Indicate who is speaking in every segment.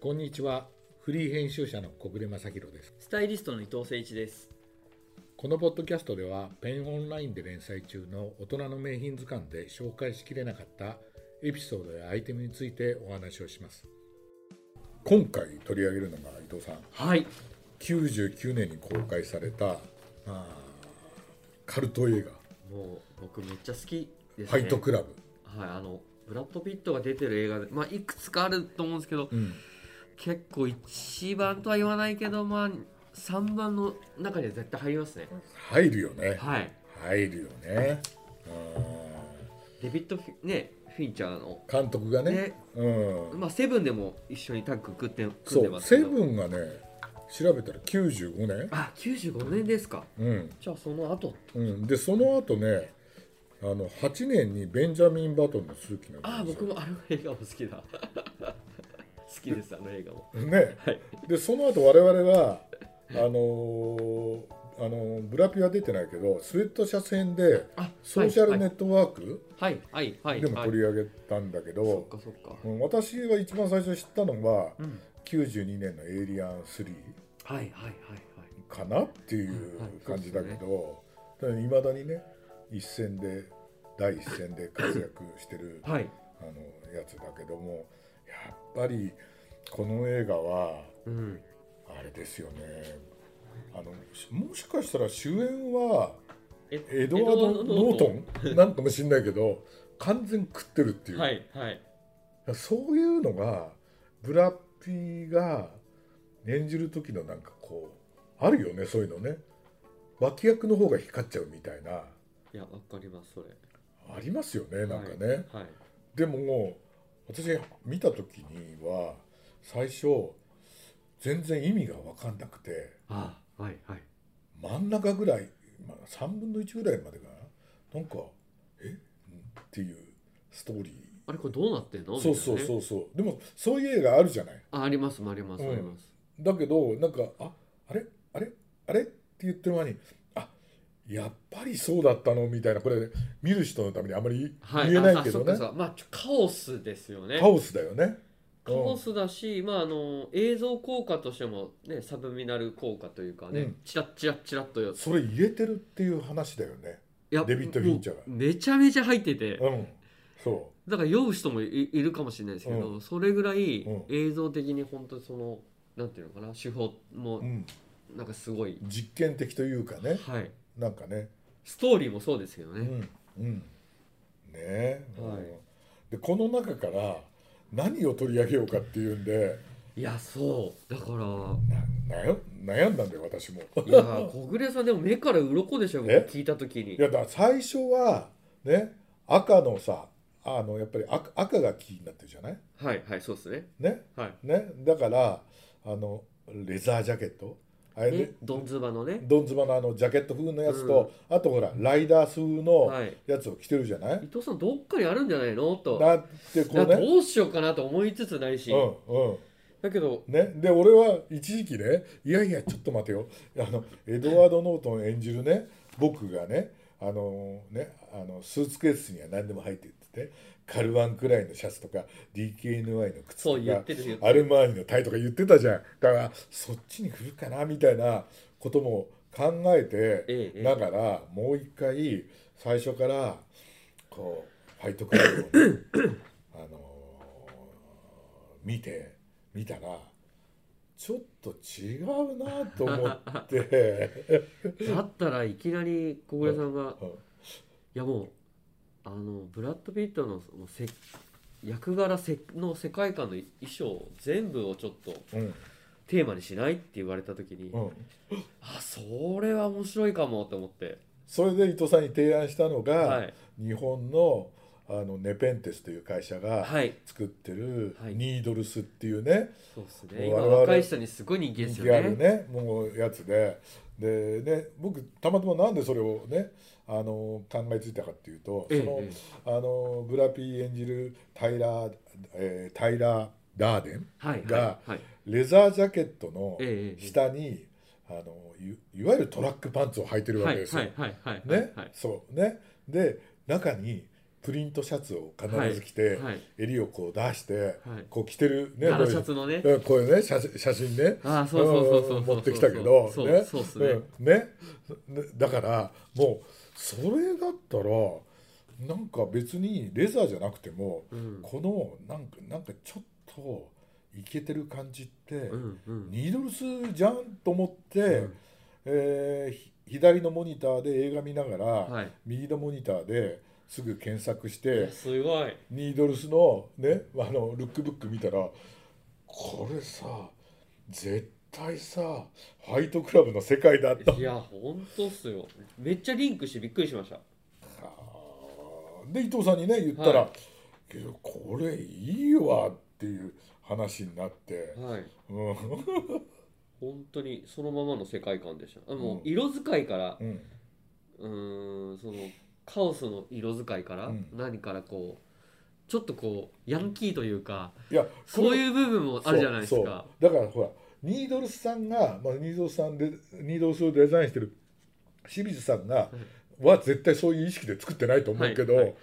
Speaker 1: こんにちはフリー編集者の小暮正弘です
Speaker 2: スタイリストの伊藤誠一です。
Speaker 1: このポッドキャストではペンオンラインで連載中の大人の名品図鑑で紹介しきれなかったエピソードやアイテムについてお話をします今回取り上げるのが伊藤さん
Speaker 2: はい。
Speaker 1: 99年に公開されたあーカルト映画
Speaker 2: もう僕めっちゃ好き
Speaker 1: 「
Speaker 2: です
Speaker 1: フ
Speaker 2: ね。
Speaker 1: ァイトクラブ
Speaker 2: はい、あのブラッドピットが出てる映画で、まあいくつかあると思うんですけど、」
Speaker 1: うん
Speaker 2: 結構一番とは言わないけど、まあ三番の中には絶対入りますね。
Speaker 1: 入るよね
Speaker 2: はい。
Speaker 1: 入るよねう
Speaker 2: デビッドフィねフィンチャーの
Speaker 1: ん監督がね
Speaker 2: ね、
Speaker 1: うん、
Speaker 2: まあセブンでも一緒にタッグ組って組
Speaker 1: そ
Speaker 2: んでま
Speaker 1: う
Speaker 2: す
Speaker 1: セ
Speaker 2: けど。ン。
Speaker 1: ブンがね調べたら95年
Speaker 2: あ、九十五年ですか。
Speaker 1: うん、
Speaker 2: じゃあその後。
Speaker 1: うん、でその後ねあの8年にベンジャミン・バトンの数奇なんですよ
Speaker 2: あ、僕もあの映画も好きだ。 好きですあの映画も。
Speaker 1: ね
Speaker 2: はい。
Speaker 1: でその後我々はあのーあのーブラピは出てないけどスウェット社線で
Speaker 2: あ、
Speaker 1: ソーシャル
Speaker 2: ね
Speaker 1: ネットワーク
Speaker 2: はいはいはい
Speaker 1: でも取り上げたんだけど、
Speaker 2: そっかそっか、
Speaker 1: うん私は一番最初知ったのは
Speaker 2: うん、
Speaker 1: 92年の「エイリアン3」
Speaker 2: はいはいはいはい
Speaker 1: かなっていう感じだけどいま、だにね一戦で第一線で活躍してる
Speaker 2: はい
Speaker 1: あのやつだけどもやっぱりこの映画は
Speaker 2: うん
Speaker 1: あれですよねあのしもしかしたら主演は
Speaker 2: え
Speaker 1: エドワード・ノートンなんかもしんないけど完全食ってるっていう、
Speaker 2: はいはい
Speaker 1: そういうのがブラッピーが演じる時のなんかこうあるよねそういうのね脇役の方が光っちゃうみたいない
Speaker 2: やわかりますそれ
Speaker 1: ありますよねなんかね、
Speaker 2: はい、はい
Speaker 1: でも私見た時には最初全然意味が分かんなくて
Speaker 2: あはいはい
Speaker 1: 真ん中ぐらい、まあ、3分の1ぐらいまでかななんかえんっていうストーリー
Speaker 2: あれこれどうなってんの
Speaker 1: そうそう
Speaker 2: う
Speaker 1: そうそうでもそういう映画あるじゃない
Speaker 2: あありますあります、
Speaker 1: うん
Speaker 2: あります
Speaker 1: だけどなんかああれあれあれって言ってる間にあやっぱりそうだったのみたいなこれ、見る人のためにあまり
Speaker 2: はい
Speaker 1: 言えないけど
Speaker 2: ああそっか
Speaker 1: ね、
Speaker 2: そっかまあちょカオスですよね
Speaker 1: カオスだよね
Speaker 2: カオスだし、まあ、あの映像効果としても、ね、サブミナル効果というかね、
Speaker 1: うん
Speaker 2: チラッチラッチラッとい
Speaker 1: それ入れてるっていう話だよね
Speaker 2: や
Speaker 1: デビッドフィンチャーが
Speaker 2: もうめちゃめちゃ入ってて
Speaker 1: うんそ
Speaker 2: だから酔う人もいいるかもしれないですけど、
Speaker 1: う
Speaker 2: それぐらい
Speaker 1: うん
Speaker 2: 映像的に本当にそのなんていうのかな手法
Speaker 1: う、
Speaker 2: も
Speaker 1: うん、
Speaker 2: なんかすごい、
Speaker 1: 実験的というかね
Speaker 2: はい
Speaker 1: なんかね
Speaker 2: ストーリーもそうですけど
Speaker 1: う
Speaker 2: ね、
Speaker 1: んうんねえ、
Speaker 2: はい
Speaker 1: でこの中から何を取り上げようかっていうんで
Speaker 2: いやそう だから
Speaker 1: な悩悩んだんだよ私 も
Speaker 2: いや小暮さんでも目から鱗でしょ僕
Speaker 1: え
Speaker 2: 聞いた時に
Speaker 1: いやだから最初はね赤のさあのやっぱり赤赤がキーになってるじゃない
Speaker 2: はいはいそうですね
Speaker 1: ね
Speaker 2: はい
Speaker 1: ねだからあのレザージャケットあれね
Speaker 2: えドンズバのね
Speaker 1: ドンズバのあのジャケット風のやつと、あとほらライダース風の
Speaker 2: はい
Speaker 1: やつを着てるじゃない、
Speaker 2: 伊藤さんどっかにあるんじゃないのと
Speaker 1: だってこう
Speaker 2: だ
Speaker 1: ね
Speaker 2: どうしようかなと思いつつないし、
Speaker 1: うんうん
Speaker 2: だけど
Speaker 1: ね、で俺は一時期ねいやいやちょっと待てよあのエドワード・ノートン演じるね僕がねあのねあのスーツケースには何でも入ってるって言ってカルワンくらいのシャツとか DKNY の靴と
Speaker 2: そう言っ
Speaker 1: か
Speaker 2: てるよ
Speaker 1: アルマーニのタイとか言ってたじゃんだからそっちに振るかなみたいなことも考えて
Speaker 2: えええ
Speaker 1: だからもう一回最初からこうファイトクラブをね あの見て見たらちょっと違うなと思って
Speaker 2: えだったらいきなり小暮さんが
Speaker 1: うん
Speaker 2: いやもうあのブラッド・ピットのもうせ役柄せの世界観の衣装全部をちょっと
Speaker 1: うん
Speaker 2: テーマにしないって言われた時に、
Speaker 1: うん、
Speaker 2: あそれは面白いかもと思って
Speaker 1: それで伊藤さんに提案したのが、
Speaker 2: はい
Speaker 1: 日本のあのネペンテスという会社が
Speaker 2: はい
Speaker 1: 作ってる
Speaker 2: はい
Speaker 1: ニードルスっていうね
Speaker 2: そうです
Speaker 1: も
Speaker 2: ね
Speaker 1: う
Speaker 2: 今
Speaker 1: 我々
Speaker 2: 若い人にすごい人気です
Speaker 1: 人
Speaker 2: よ
Speaker 1: 気ある
Speaker 2: ね
Speaker 1: ねもうやつででね僕たまたまなんでそれをねあの考えついたかっていうとそ
Speaker 2: ええ
Speaker 1: の
Speaker 2: ええ
Speaker 1: あのブラピー演じるタイラー、えータイラー・ダーデン
Speaker 2: はいは
Speaker 1: が
Speaker 2: いはい
Speaker 1: レザージャケットの
Speaker 2: ええええ
Speaker 1: 下にあのいいわゆるトラックパンツを履いてるわ
Speaker 2: は
Speaker 1: け
Speaker 2: い
Speaker 1: ですよ。
Speaker 2: はいはいはいはい
Speaker 1: ね
Speaker 2: はい
Speaker 1: そうねで中にプリントシャツを必ず着て、
Speaker 2: はい
Speaker 1: 襟をこう出して、
Speaker 2: はい
Speaker 1: こう着てるね
Speaker 2: 柄シャ
Speaker 1: こ
Speaker 2: ツのね
Speaker 1: ういううんこういうね写真写真ね
Speaker 2: ああそうそうそうそうそうそう
Speaker 1: 持ってきたけど
Speaker 2: そう
Speaker 1: ね
Speaker 2: そうっすね
Speaker 1: うんねねだからもうそれだったらなんか別にレザーじゃなくても、
Speaker 2: うん
Speaker 1: このなんかなんかちょっとイケてる感じって、
Speaker 2: うんうん
Speaker 1: ニードルスじゃんと思って、
Speaker 2: うん
Speaker 1: えーひ左のモニターで映画見ながら、
Speaker 2: はい
Speaker 1: 右のモニターですぐ検索し
Speaker 2: い
Speaker 1: て
Speaker 2: やすごい
Speaker 1: ニードルスのねあのルックブック見たらこれさ絶対さファイトクラブの世界だった
Speaker 2: いやほんとっすよめっちゃリンクしてびっくりしました
Speaker 1: で伊藤さんにね言ったら「
Speaker 2: はい
Speaker 1: けどこれいいわ」っていう話になって、
Speaker 2: はい
Speaker 1: うん
Speaker 2: 本当にそのままの世界観でしたあ
Speaker 1: う
Speaker 2: も
Speaker 1: ん
Speaker 2: う色使いから
Speaker 1: うん
Speaker 2: うーんそのカオスの色使いから、
Speaker 1: うん
Speaker 2: 何からこうちょっとこうヤンキーというか
Speaker 1: いや
Speaker 2: そう
Speaker 1: う
Speaker 2: いう部分もあるじゃないですか
Speaker 1: だからほらニードルスさんが、まあ、ニードルスさんでニードルスをデザインしてる清水さんが、は絶対そういう意識で作ってないと思うけど、
Speaker 2: はいはい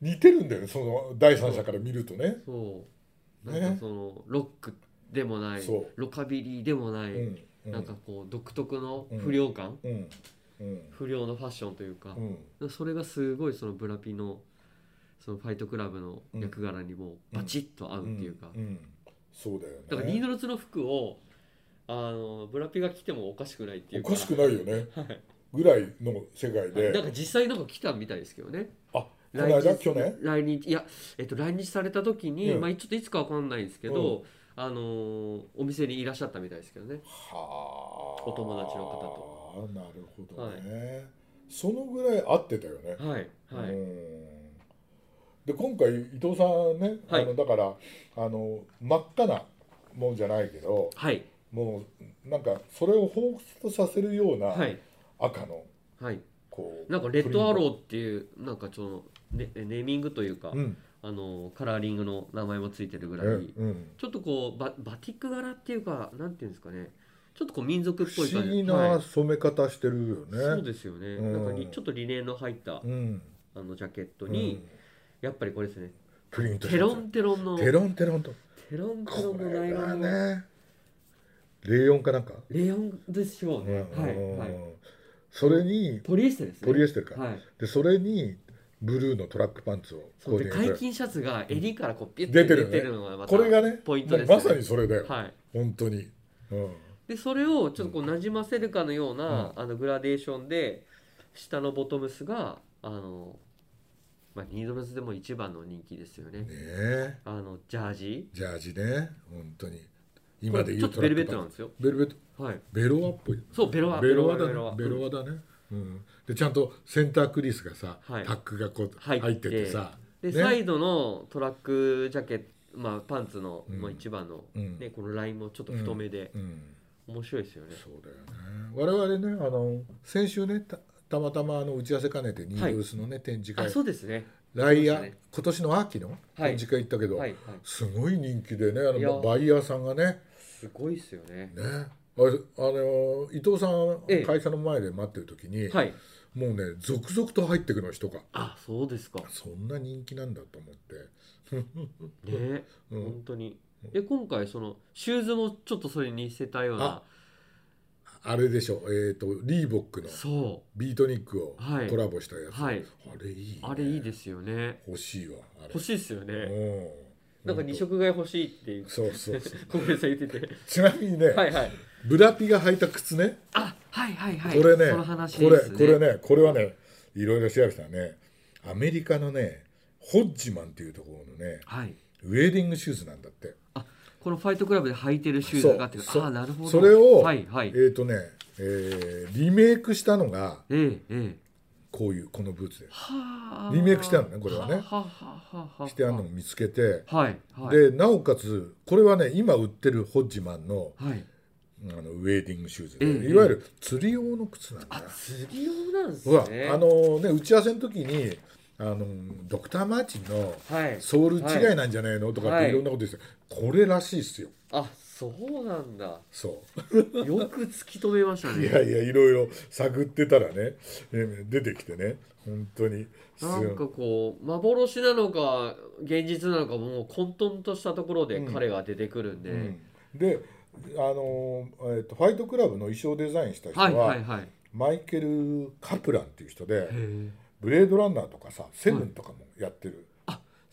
Speaker 1: 似てるんだよねその第三者から見るとね。
Speaker 2: そう
Speaker 1: ね
Speaker 2: なんかそのロックでもない
Speaker 1: そう
Speaker 2: ロカビリーでもない、
Speaker 1: うんうん
Speaker 2: なんかこう独特の不良感、
Speaker 1: うんうん
Speaker 2: 不良のファッションというか
Speaker 1: う、ん
Speaker 2: それがすごいそのブラピのそのファイトクラブの役柄にもバチッと合うっていうか、
Speaker 1: うんそうだよね
Speaker 2: だからニードルズの服をあのブラピが着てもおかしくないっていう
Speaker 1: おかしくないよね、ぐらいの世界で、
Speaker 2: なんか実際なんか来たみたいですけどね
Speaker 1: あこの間
Speaker 2: 来日
Speaker 1: 去年
Speaker 2: 来日いや、えっと、来日された時に、
Speaker 1: うん
Speaker 2: まあ、ちょっといつかわかんないんですけど、あのーお店にいらっしゃったみたいですけどね
Speaker 1: はあ
Speaker 2: お友達の方
Speaker 1: となるほどね、そのぐらい合ってたよね、
Speaker 2: はいはい、
Speaker 1: うんで今回伊藤さんね、
Speaker 2: はい
Speaker 1: あのだからあの真っ赤なもんじゃないけど
Speaker 2: はい
Speaker 1: もうなんかそれを彷彿とさせるような
Speaker 2: はい
Speaker 1: 赤の
Speaker 2: はい
Speaker 1: こう
Speaker 2: なんかレッドアローっていうなんかちょっとネネーミングというか、
Speaker 1: うん
Speaker 2: あのーカラーリングの名前もついてる
Speaker 1: う
Speaker 2: ぐらい、
Speaker 1: んうん
Speaker 2: ちょっとこうババティック柄っていうかなんていうんですかねちょっとこう民族っ
Speaker 1: 不
Speaker 2: ぽい感
Speaker 1: 思
Speaker 2: じ
Speaker 1: 議
Speaker 2: は
Speaker 1: ない染め方してるよね。
Speaker 2: そうですよね、
Speaker 1: うん
Speaker 2: なんかにちょっとリネンの入った
Speaker 1: うん。
Speaker 2: あのジャケットに、やっぱりこれですね
Speaker 1: うん、プリント
Speaker 2: テロンテロンの
Speaker 1: テロンテロンと。
Speaker 2: テロンテロ
Speaker 1: こ
Speaker 2: ンのナイ
Speaker 1: れ
Speaker 2: ロ
Speaker 1: が
Speaker 2: ンの
Speaker 1: ね。レイオンかなんか。
Speaker 2: レオンでしょうね、
Speaker 1: うんうん
Speaker 2: はいはい
Speaker 1: それに
Speaker 2: ポリエステルですね
Speaker 1: ポリエステルか。
Speaker 2: はい
Speaker 1: でそれにブルーのトラックパンツを
Speaker 2: そうで
Speaker 1: コーディネー
Speaker 2: 解
Speaker 1: ト
Speaker 2: 禁シャツが襟からこうピュッ
Speaker 1: 出て
Speaker 2: て出
Speaker 1: るよね
Speaker 2: てるのがまた
Speaker 1: これがね
Speaker 2: ポイントですね
Speaker 1: まさにそれだよ。
Speaker 2: はい
Speaker 1: 本当に。うん。
Speaker 2: でそれをちょっとこうなじませるかのような、
Speaker 1: う
Speaker 2: あのグラデーションで下のボトムスがあのまあニードルズでも一番の人気ですよね
Speaker 1: ねえ。
Speaker 2: あのジャージ
Speaker 1: ジャージね。本当に。今で言う
Speaker 2: これちょっとベルベットなんですよ
Speaker 1: ベルベット。
Speaker 2: はい
Speaker 1: ベロアっぽい。
Speaker 2: そうベロア
Speaker 1: ベロアだ
Speaker 2: ベロ
Speaker 1: ね
Speaker 2: ア
Speaker 1: ベロアだね、うん、でちゃんとセンタークリスがさ、
Speaker 2: はい
Speaker 1: タックがこう入
Speaker 2: 入って
Speaker 1: っててさ
Speaker 2: で、
Speaker 1: ね
Speaker 2: サイドのトラックジャケット、まあ、パンツの、
Speaker 1: うん
Speaker 2: まあ、一番の、
Speaker 1: うん
Speaker 2: ね、このラインもちょっと太めで、
Speaker 1: うん、
Speaker 2: 面白いですよね。
Speaker 1: そうだよね我々ねあの先週ねたたまたまあの打ち合わせ兼ねてニードルスのね、展示
Speaker 2: あ
Speaker 1: 会
Speaker 2: そうですね。
Speaker 1: ライ
Speaker 2: そ
Speaker 1: ヤ
Speaker 2: うですね
Speaker 1: 今年の秋の展示会行ったけど、
Speaker 2: はいはい。
Speaker 1: すごい人気でねあ
Speaker 2: いや
Speaker 1: のバイヤーさんがね
Speaker 2: すごいですよね。
Speaker 1: ねああの伊藤さん
Speaker 2: ええ
Speaker 1: 会社の前で待ってる時に、
Speaker 2: はい。
Speaker 1: もうね続々と入ってくの人が
Speaker 2: あそうですか。
Speaker 1: そんな人気なんだと思って、
Speaker 2: ね、
Speaker 1: うん、
Speaker 2: 本当に。え今回そのシューズもちょっとそれに似せたような
Speaker 1: あれでしょ、えっ、と、リーボックの
Speaker 2: そ
Speaker 1: ビートニックを
Speaker 2: はい
Speaker 1: コラボしたや
Speaker 2: う
Speaker 1: つ。
Speaker 2: はい
Speaker 1: あれいい、ね。
Speaker 2: あれいいですよね
Speaker 1: 欲しいわ。あれ
Speaker 2: 欲しいですよね
Speaker 1: うん。
Speaker 2: なんか二色買い欲しいっていう
Speaker 1: そうそうそう。
Speaker 2: ごめんなさい言っ てて
Speaker 1: ちなみにね、
Speaker 2: はいはい
Speaker 1: ブラピが履いた靴ね。
Speaker 2: あはいはいはい
Speaker 1: これね、
Speaker 2: その話
Speaker 1: こ
Speaker 2: で
Speaker 1: れ、
Speaker 2: すね
Speaker 1: これね、これはね、いろいろ調べたらね、アメリカのね、ホッジマンっていうところのね、
Speaker 2: はい
Speaker 1: ウェディングシューズなんだって。
Speaker 2: あこのファイトクラブで履いてるシューズがあって
Speaker 1: そう
Speaker 2: あなるほど
Speaker 1: それを、
Speaker 2: はいはい
Speaker 1: えっ、とね、えーリメイクしたのが、
Speaker 2: ええええ
Speaker 1: こういう、このブーツで。
Speaker 2: はあ
Speaker 1: リメイクしてあるのねこれはね
Speaker 2: はあはあはあは
Speaker 1: してあるのを見つけて、
Speaker 2: はいはい
Speaker 1: でなおかつこれはね今売ってるホッジマンの
Speaker 2: はい
Speaker 1: あのウェディングシューズで、
Speaker 2: うんうん
Speaker 1: いわゆる釣り用の靴なんだ
Speaker 2: あ
Speaker 1: よ。
Speaker 2: 釣り用なんです
Speaker 1: ほら、
Speaker 2: ね
Speaker 1: あのね打ち合わせの時にあのドクターマーチンの
Speaker 2: はい
Speaker 1: ソール違いなんじゃないの、とかっ
Speaker 2: は
Speaker 1: て
Speaker 2: い
Speaker 1: いろんなこと言ってた、これらしいっすよ。
Speaker 2: あそうなんだ
Speaker 1: そう
Speaker 2: よく突き止めました
Speaker 1: いや
Speaker 2: ね
Speaker 1: いやいろいろ 探ってたらねえ出てきてね本当にす
Speaker 2: なんかこう幻なのか現実なのかもう混沌としたところで彼が出てくるんで、
Speaker 1: うんであのー、えっとファイトクラブの衣装デザインした人は、
Speaker 2: はいはいはいへ
Speaker 1: マイケル・カプランっていう人で
Speaker 2: え
Speaker 1: 「ブレードランナー」とかさ「セブン」とかもやってる、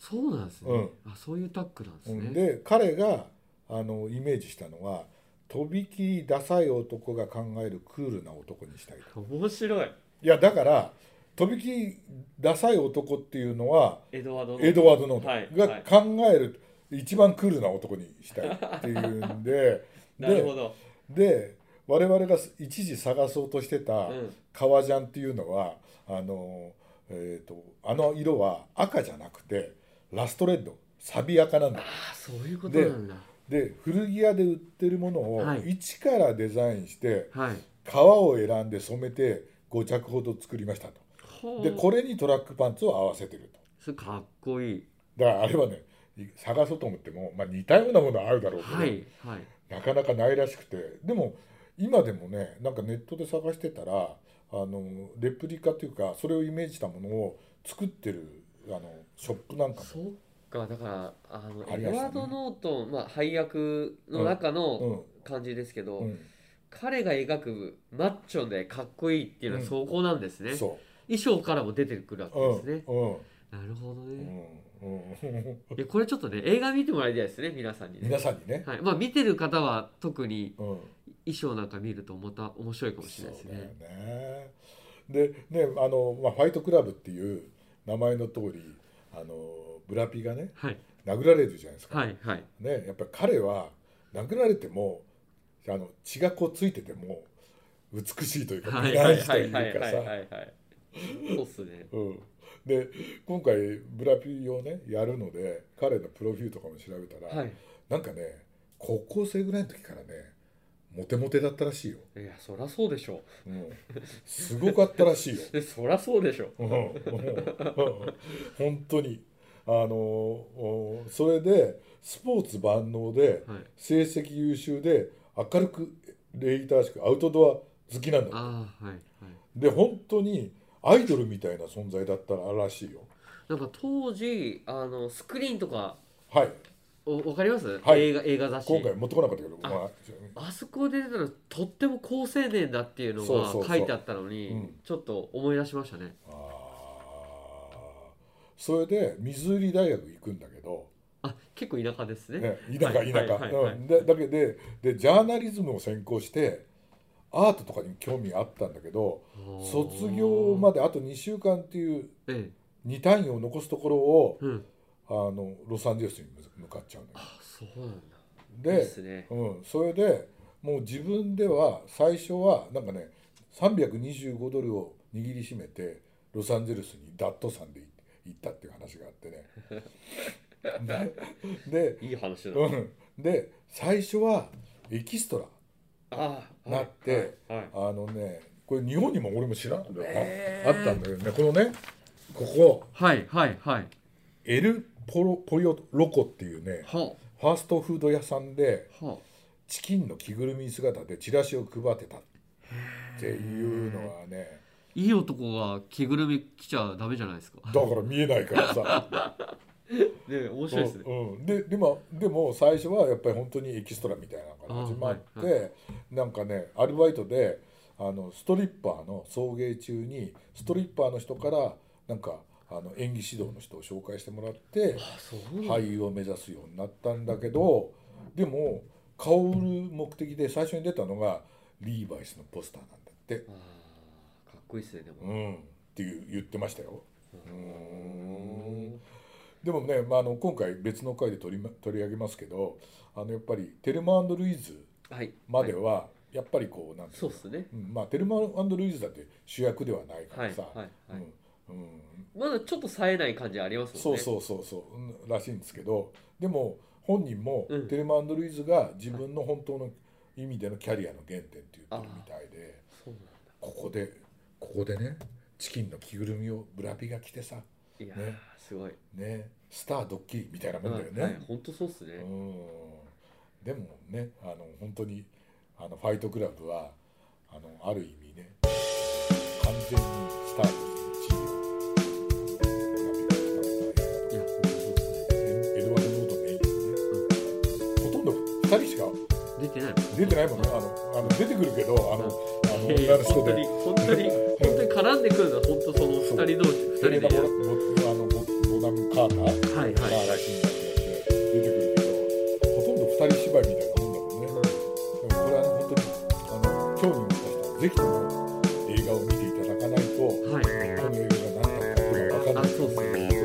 Speaker 2: そうなんですね、あそういうタックなんです
Speaker 1: うん
Speaker 2: ね、
Speaker 1: で彼があのイメージしたのはとびきりダサい男が考えるクールな男にしたい
Speaker 2: 面白い
Speaker 1: いやだからとびきりダサい男っていうのは
Speaker 2: エドワードの
Speaker 1: エドワード・ノ
Speaker 2: はい
Speaker 1: ートンが考える一番クールな男にしたいっていうんで
Speaker 2: なるほ
Speaker 1: で
Speaker 2: ど、
Speaker 1: で我々が一時探そうとしてた
Speaker 2: うん、
Speaker 1: 革ジャンっていうのはあの,、えー、とあの色は赤じゃなくてラストレッドサビ赤なんだ
Speaker 2: ああそういうことなんだ
Speaker 1: で古着屋で売ってるものを
Speaker 2: はい
Speaker 1: 一からデザインして
Speaker 2: はい
Speaker 1: 革を選んで染めて5着ほど作りましたと
Speaker 2: ほう
Speaker 1: でこれにトラックパンツを合わせてると
Speaker 2: それかっこいい
Speaker 1: だからあれはねい探そうと思っても、まあ、似たようなものはあるだろうけど、
Speaker 2: はいはい
Speaker 1: なかなかないらしくてでも今でもねなんかネットで探してたらあのレプリカというかそれをイメージしたものを作ってるあのショップなんか
Speaker 2: そっかだからあの
Speaker 1: あ
Speaker 2: エ
Speaker 1: り
Speaker 2: ド
Speaker 1: ましたね
Speaker 2: ワード・ノートン、まあ、配役の中の
Speaker 1: も、
Speaker 2: 感じですけど、
Speaker 1: うんうん
Speaker 2: 彼が描くマッチョでかっこいいっていうのは
Speaker 1: うん
Speaker 2: そこなんですね、
Speaker 1: そ
Speaker 2: 衣装からも出てくるわ
Speaker 1: う、
Speaker 2: け
Speaker 1: う
Speaker 2: です
Speaker 1: ん
Speaker 2: ね、
Speaker 1: うん
Speaker 2: なるほど
Speaker 1: う
Speaker 2: ね、
Speaker 1: んうん、
Speaker 2: いやこれちょっとね映画見てもらいたいですね皆さんにね
Speaker 1: 皆さんにね、
Speaker 2: はいまあ、見てる方は特に
Speaker 1: うん、
Speaker 2: 衣装なんか見るとまた面白いかもし
Speaker 1: そ
Speaker 2: れ
Speaker 1: う
Speaker 2: ないです
Speaker 1: だよ
Speaker 2: ね。
Speaker 1: ね。でねあの、まあ、ファイトクラブっていう名前の通りあのブラピがね
Speaker 2: はい
Speaker 1: 殴られるじゃないですか、
Speaker 2: はいはい
Speaker 1: ね、やっぱり彼は殴られてもあの血がこうついてても美しいというか
Speaker 2: はい
Speaker 1: 美
Speaker 2: は
Speaker 1: 男
Speaker 2: い
Speaker 1: 子
Speaker 2: は
Speaker 1: と
Speaker 2: い
Speaker 1: い
Speaker 2: は
Speaker 1: う
Speaker 2: い
Speaker 1: か
Speaker 2: はいは
Speaker 1: さ。
Speaker 2: いはい。そうっすね。
Speaker 1: うん、で今回ブラピをねやるので彼のプロフィールとかも調べたら、
Speaker 2: はい。
Speaker 1: なんかね高校生ぐらいの時からねモテモテだったらしいよ、
Speaker 2: いやそらそうでしょ
Speaker 1: うん、すごかったらしいよ
Speaker 2: う。でそらそうでしょ
Speaker 1: うんうんうん本当にあのおそれでスポーツ万能で
Speaker 2: う。はい。
Speaker 1: 成績優秀で明るく礼儀正しくアウトドア好きなんだ
Speaker 2: ああはいはい。
Speaker 1: で本当にアイドルみたいな存在だったらしいよ
Speaker 2: なんか当時あのスクリーンとか
Speaker 1: はい
Speaker 2: おわかります？
Speaker 1: はい
Speaker 2: 映画映画雑誌。
Speaker 1: 今回持ってこなかったけど
Speaker 2: あ
Speaker 1: まあ
Speaker 2: あそこで出てたのとっても好青年だっていうの
Speaker 1: そうそうそう
Speaker 2: が書いてあったのに
Speaker 1: うん
Speaker 2: ちょっと思い出しましたね。
Speaker 1: あーそれでミズーリ大学行くんだけど、
Speaker 2: あ結構田舎ですね。
Speaker 1: ね、田舎田
Speaker 2: はい
Speaker 1: 舎、
Speaker 2: はいはいはい
Speaker 1: うんでだけででジャーナリズムを専攻してアートとかに興味あったんだけど卒業ま
Speaker 2: で。
Speaker 1: であと2週間っていう
Speaker 2: ええ。
Speaker 1: 2単位を残すところを
Speaker 2: うん。
Speaker 1: あのロサンゼルスに向かっちゃうんだよ
Speaker 2: あそうなんだ。いい
Speaker 1: で
Speaker 2: っすね。
Speaker 1: うん、それでもう自分では最初はなんかね325ドルを握りしめてロサンゼルスにダットさんで行ったっていう話があってね。 で
Speaker 2: いい話だ
Speaker 1: で,、。うん、で最初はエキストラ
Speaker 2: ああ
Speaker 1: なって、
Speaker 2: はいはい
Speaker 1: あのねこれ日本にも俺も知らんんだよな、
Speaker 2: へー
Speaker 1: あったんだけどねこのねここ
Speaker 2: はいはいはい
Speaker 1: エルポロポヨロコっていうね
Speaker 2: は
Speaker 1: ファーストフード屋さんで
Speaker 2: あは
Speaker 1: チキンの着ぐるみ姿でチラシを配ってたっていうのはね
Speaker 2: あいい男が着ぐるみ着ちゃダメじゃないですか
Speaker 1: だから見えないからさ
Speaker 2: ね面白いですね
Speaker 1: うん、ででもでも最初はやっぱり本当にエキストラみたいなのから始まって、
Speaker 2: あはい
Speaker 1: なんかねアルバイトであのストリッパーの送迎中にストリッパーの人からなんかあの演技指導の人を紹介してもらって
Speaker 2: あそう
Speaker 1: 俳優を目指すようになったんだけどでも顔を売る目的で最初に出たのがリーバイスのポスターなんだって。
Speaker 2: ああかっこいいですねでも
Speaker 1: うん、っていう言ってましたよ。うん
Speaker 2: ん
Speaker 1: でもね、まあ、あの今回別の回で取りま取り上げますけどあのやっぱり「テルマルイーズ
Speaker 2: はい」
Speaker 1: まで
Speaker 2: はい
Speaker 1: はやっぱりこうなんてい
Speaker 2: そううっ
Speaker 1: の
Speaker 2: すね
Speaker 1: うんまあテルマルイーズだって主役ではないか
Speaker 2: は
Speaker 1: ら
Speaker 2: いは
Speaker 1: さ、
Speaker 2: いはい、
Speaker 1: うんうん
Speaker 2: まだちょっと冴えない感じありますもんね
Speaker 1: そうそうそうそう、うんらしいんですけどでも本人も
Speaker 2: うん
Speaker 1: テルマルイーズが自分の本当の意味でのキャリアの原点って言ってるみたいで。
Speaker 2: そうなんだ
Speaker 1: ここでここでねチキンの着ぐるみをブラピが着てさ
Speaker 2: いや
Speaker 1: ね
Speaker 2: ーすごい
Speaker 1: ねスタードッキリみたいなもんだよ
Speaker 2: はい
Speaker 1: ね。
Speaker 2: 本当そうっす
Speaker 1: う
Speaker 2: ね
Speaker 1: んでもねあの本当にあのファイトクラブはあのある意味ね完全にスタートエドワード・ノートンが
Speaker 2: いや本当そうですね
Speaker 1: いいですね、ほとんど2人しか
Speaker 2: 出てない
Speaker 1: 出てないもんねあ
Speaker 2: あ
Speaker 1: のあの出てくるけどあのあの
Speaker 2: いやいや
Speaker 1: 女の人
Speaker 2: 本当に
Speaker 1: で。
Speaker 2: 本当に本当に絡んでくるのは本当その二人同士二人
Speaker 1: エレナ
Speaker 2: で
Speaker 1: ボラ
Speaker 2: やる
Speaker 1: ボあのボボダム・カーター
Speaker 2: はい
Speaker 1: まあ、
Speaker 2: はいはい
Speaker 1: 新作やって出てくるけど、ほとんど二人芝居みたいなもんだもんね。でもこれは本当にあの興味を持った人はぜひとも映画を見ていただかないと、
Speaker 2: はい
Speaker 1: この映画が何だったっていうのは分かん
Speaker 2: あ
Speaker 1: ない。
Speaker 2: そうですね